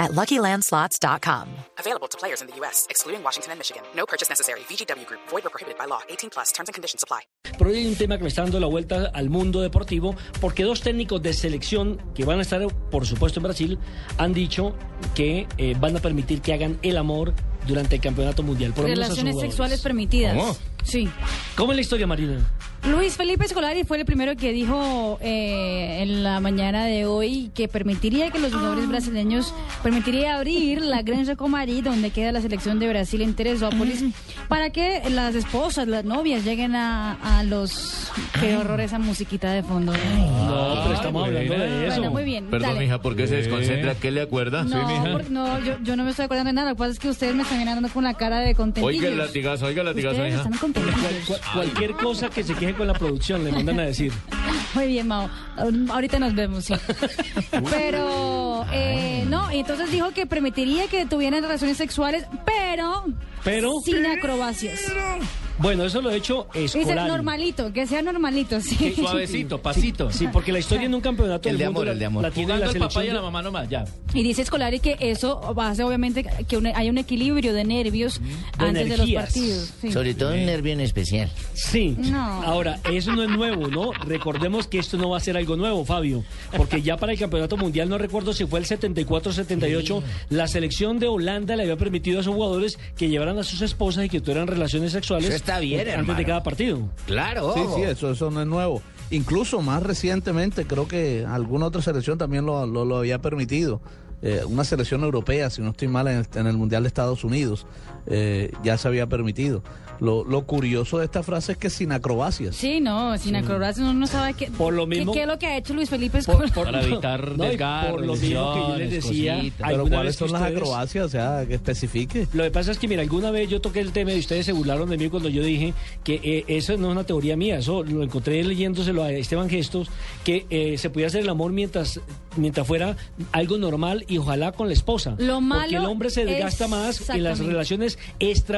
at luckylandslots.com. Available to players in the U.S., excluding Washington and Michigan. No purchase necessary. VGW Group, void or prohibited by law. 18 plus terms and conditions apply. Pero hay un tema que le está dando la vuelta al mundo deportivo, porque dos técnicos de selección que van a estar, por supuesto, en Brasil, han dicho que eh, van a permitir que hagan el amor durante el Campeonato Mundial. Por lo menos a sus Relaciones jugadores. sexuales permitidas. ¿Cómo? Sí. ¿Cómo es la historia, Marina? Luis Felipe Escolari fue el primero que dijo eh, en la mañana de hoy que permitiría que los jugadores brasileños permitiría abrir la Granja Comari, donde queda la selección de Brasil en Teresópolis, para que las esposas, las novias lleguen a, a los... Qué horror esa musiquita de fondo. No, pero estamos hablando de eso. Bueno, muy bien. Perdón, dale. mija, ¿por qué se desconcentra? ¿Qué le acuerda? No, porque- no, yo, yo no me estoy acordando de nada. Lo que pasa es que ustedes me están mirando con la cara de contento. Oiga el latigazo, oiga el latigazo, Ustedes mija. están contentillos. Cual- cualquier cosa que se queje con la producción le mandan a decir. Muy bien, Mao. Um, Ahorita nos vemos, sí. Pero, eh, no, entonces dijo que permitiría que tuvieran relaciones sexuales, pero, Pero, sin acrobacias. bueno, eso lo he hecho Dice escolar. normalito, que sea normalito, sí. Suavecito, pasito. Sí, porque la historia en un campeonato El del de mundo amor, la- el de amor. la tiene Jugando la al papá y a selección la mamá nomás, ya. Y dice Escolari que eso hace obviamente que un- hay un equilibrio de nervios antes de los energías. partidos. sí. Sobre todo un nervio en especial. Sí. No. Ahora, eso no es nuevo, ¿no? Recordemos que esto no va a ser algo nuevo, Fabio, porque ya para el Campeonato Mundial, no recuerdo si fue el 74-78, la selección de Holanda le había permitido a sus jugadores que llevaran a sus esposas y que tuvieran relaciones sexuales Eso está bien, antes de hermano. cada partido. Claro. Sí, sí, eso, eso no es nuevo. Incluso más recientemente, creo que alguna otra selección también lo, lo- lo había permitido. Eh, una selección europea, si no estoy mal, en el, en el Mundial de Estados Unidos, eh, ya se había permitido. Lo, lo curioso de esta frase es que sin acrobacias. Sí, no, sin acrobacias uno no sabe qué, Por lo qué- mismo- qué es lo que ha hecho Luis Felipe Por- Escolari. por- Para evitar y desgarros, Por lo mismo que yo les lesiones, decía, cositas. Pero alguna ¿cuáles vez que son las ustedes- acrobacias? O sea, que especifique. Lo que pasa es que, mira, alguna vez yo toqué el tema y ustedes se burlaron de mí cuando yo dije que eh, eso no es una teoría mía, eso lo encontré leyéndoselo a Esteban Gestos, que eh, se podía hacer el amor mientras, mientras fuera algo normal y ojalá con la esposa. Lo Porque el malo hombre se desgasta más en las exactamente. relaciones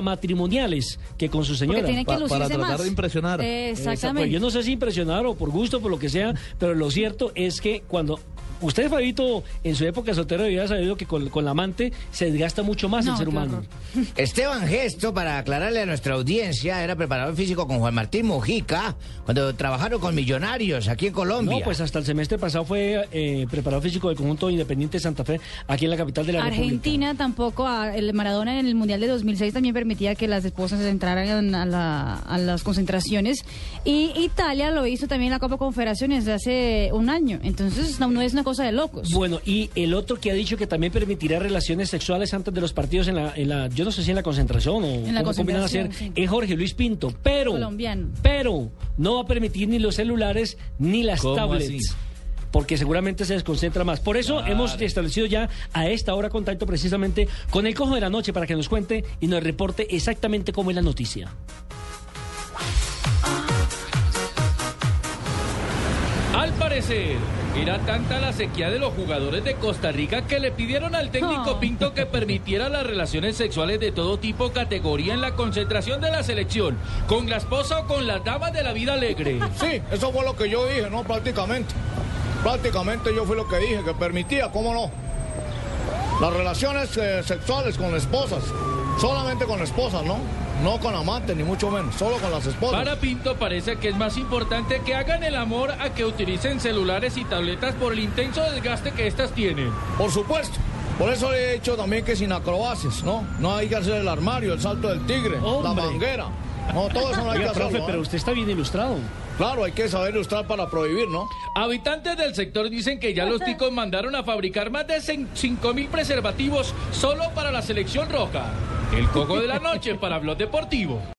extramatrimoniales que con su señora. porque tiene que pa- lucirse para tratar más. de impresionar. Exacto, pues Exactamente. yo no sé si impresionar o por gusto, por lo que sea, pero lo cierto es que cuando usted, Fabito, en su época soltero, había sabido que con, con la amante se desgasta mucho más No, el ser qué humano. horror. Esteban Gesto, para aclararle a nuestra audiencia, era preparador físico con Juan Martín Mujica cuando trabajaron con Millonarios aquí en Colombia. No, pues hasta el semestre pasado fue eh, preparado físico del conjunto Independiente Santa Fe, aquí en la capital de la República. Argentina tampoco, a- el Maradona en el Mundial de 2006 también permitía que las esposas entraran a, la- a las concentraciones y Italia lo hizo también en la Copa Confederaciones hace un año, entonces no, no es una cosa de locos. Bueno, y el otro que ha dicho que también permitirá relaciones sexuales antes de los partidos en la, en la yo no sé si en la concentración o En la cómo combinan a hacer, concentración, sí. es Jorge Luis Pinto, pero, Colombiano. pero no va a permitir ni los celulares ni las ¿Cómo tablets. así? Porque seguramente se desconcentra más. Por eso hemos establecido ya a esta hora contacto precisamente con el cojo de la noche para que nos cuente y nos reporte exactamente cómo es la noticia. Al parecer, era tanta la sequía de los jugadores de Costa Rica que le pidieron al técnico Oh. Pinto que permitiera las relaciones sexuales de todo tipo, categoría en la concentración de la selección, con la esposa o con las damas de la vida alegre. Sí, eso fue lo que yo dije, ¿no? Prácticamente. Prácticamente yo fui lo que dije, que permitía, ¿cómo no? Las relaciones eh, sexuales con esposas. Solamente con esposas, ¿no? No con amantes, ni mucho menos. Solo con las esposas. Para Pinto parece que es más importante que hagan el amor a que utilicen celulares y tabletas por el intenso desgaste que estas tienen. Por supuesto. Por eso he dicho también que sin acrobacias, ¿no? No hay que hacer el armario, el salto del tigre, la Hombre. manguera. No, todo eso no hay que Oiga, hacerlo. profe, ¿eh? pero usted está bien ilustrado. Claro, hay que saber ilustrar para prohibir, ¿no? Habitantes del sector dicen que ya los ticos mandaron a fabricar más de 5.000 preservativos solo para la selección roja. El coco de la noche para Blog Deportivo.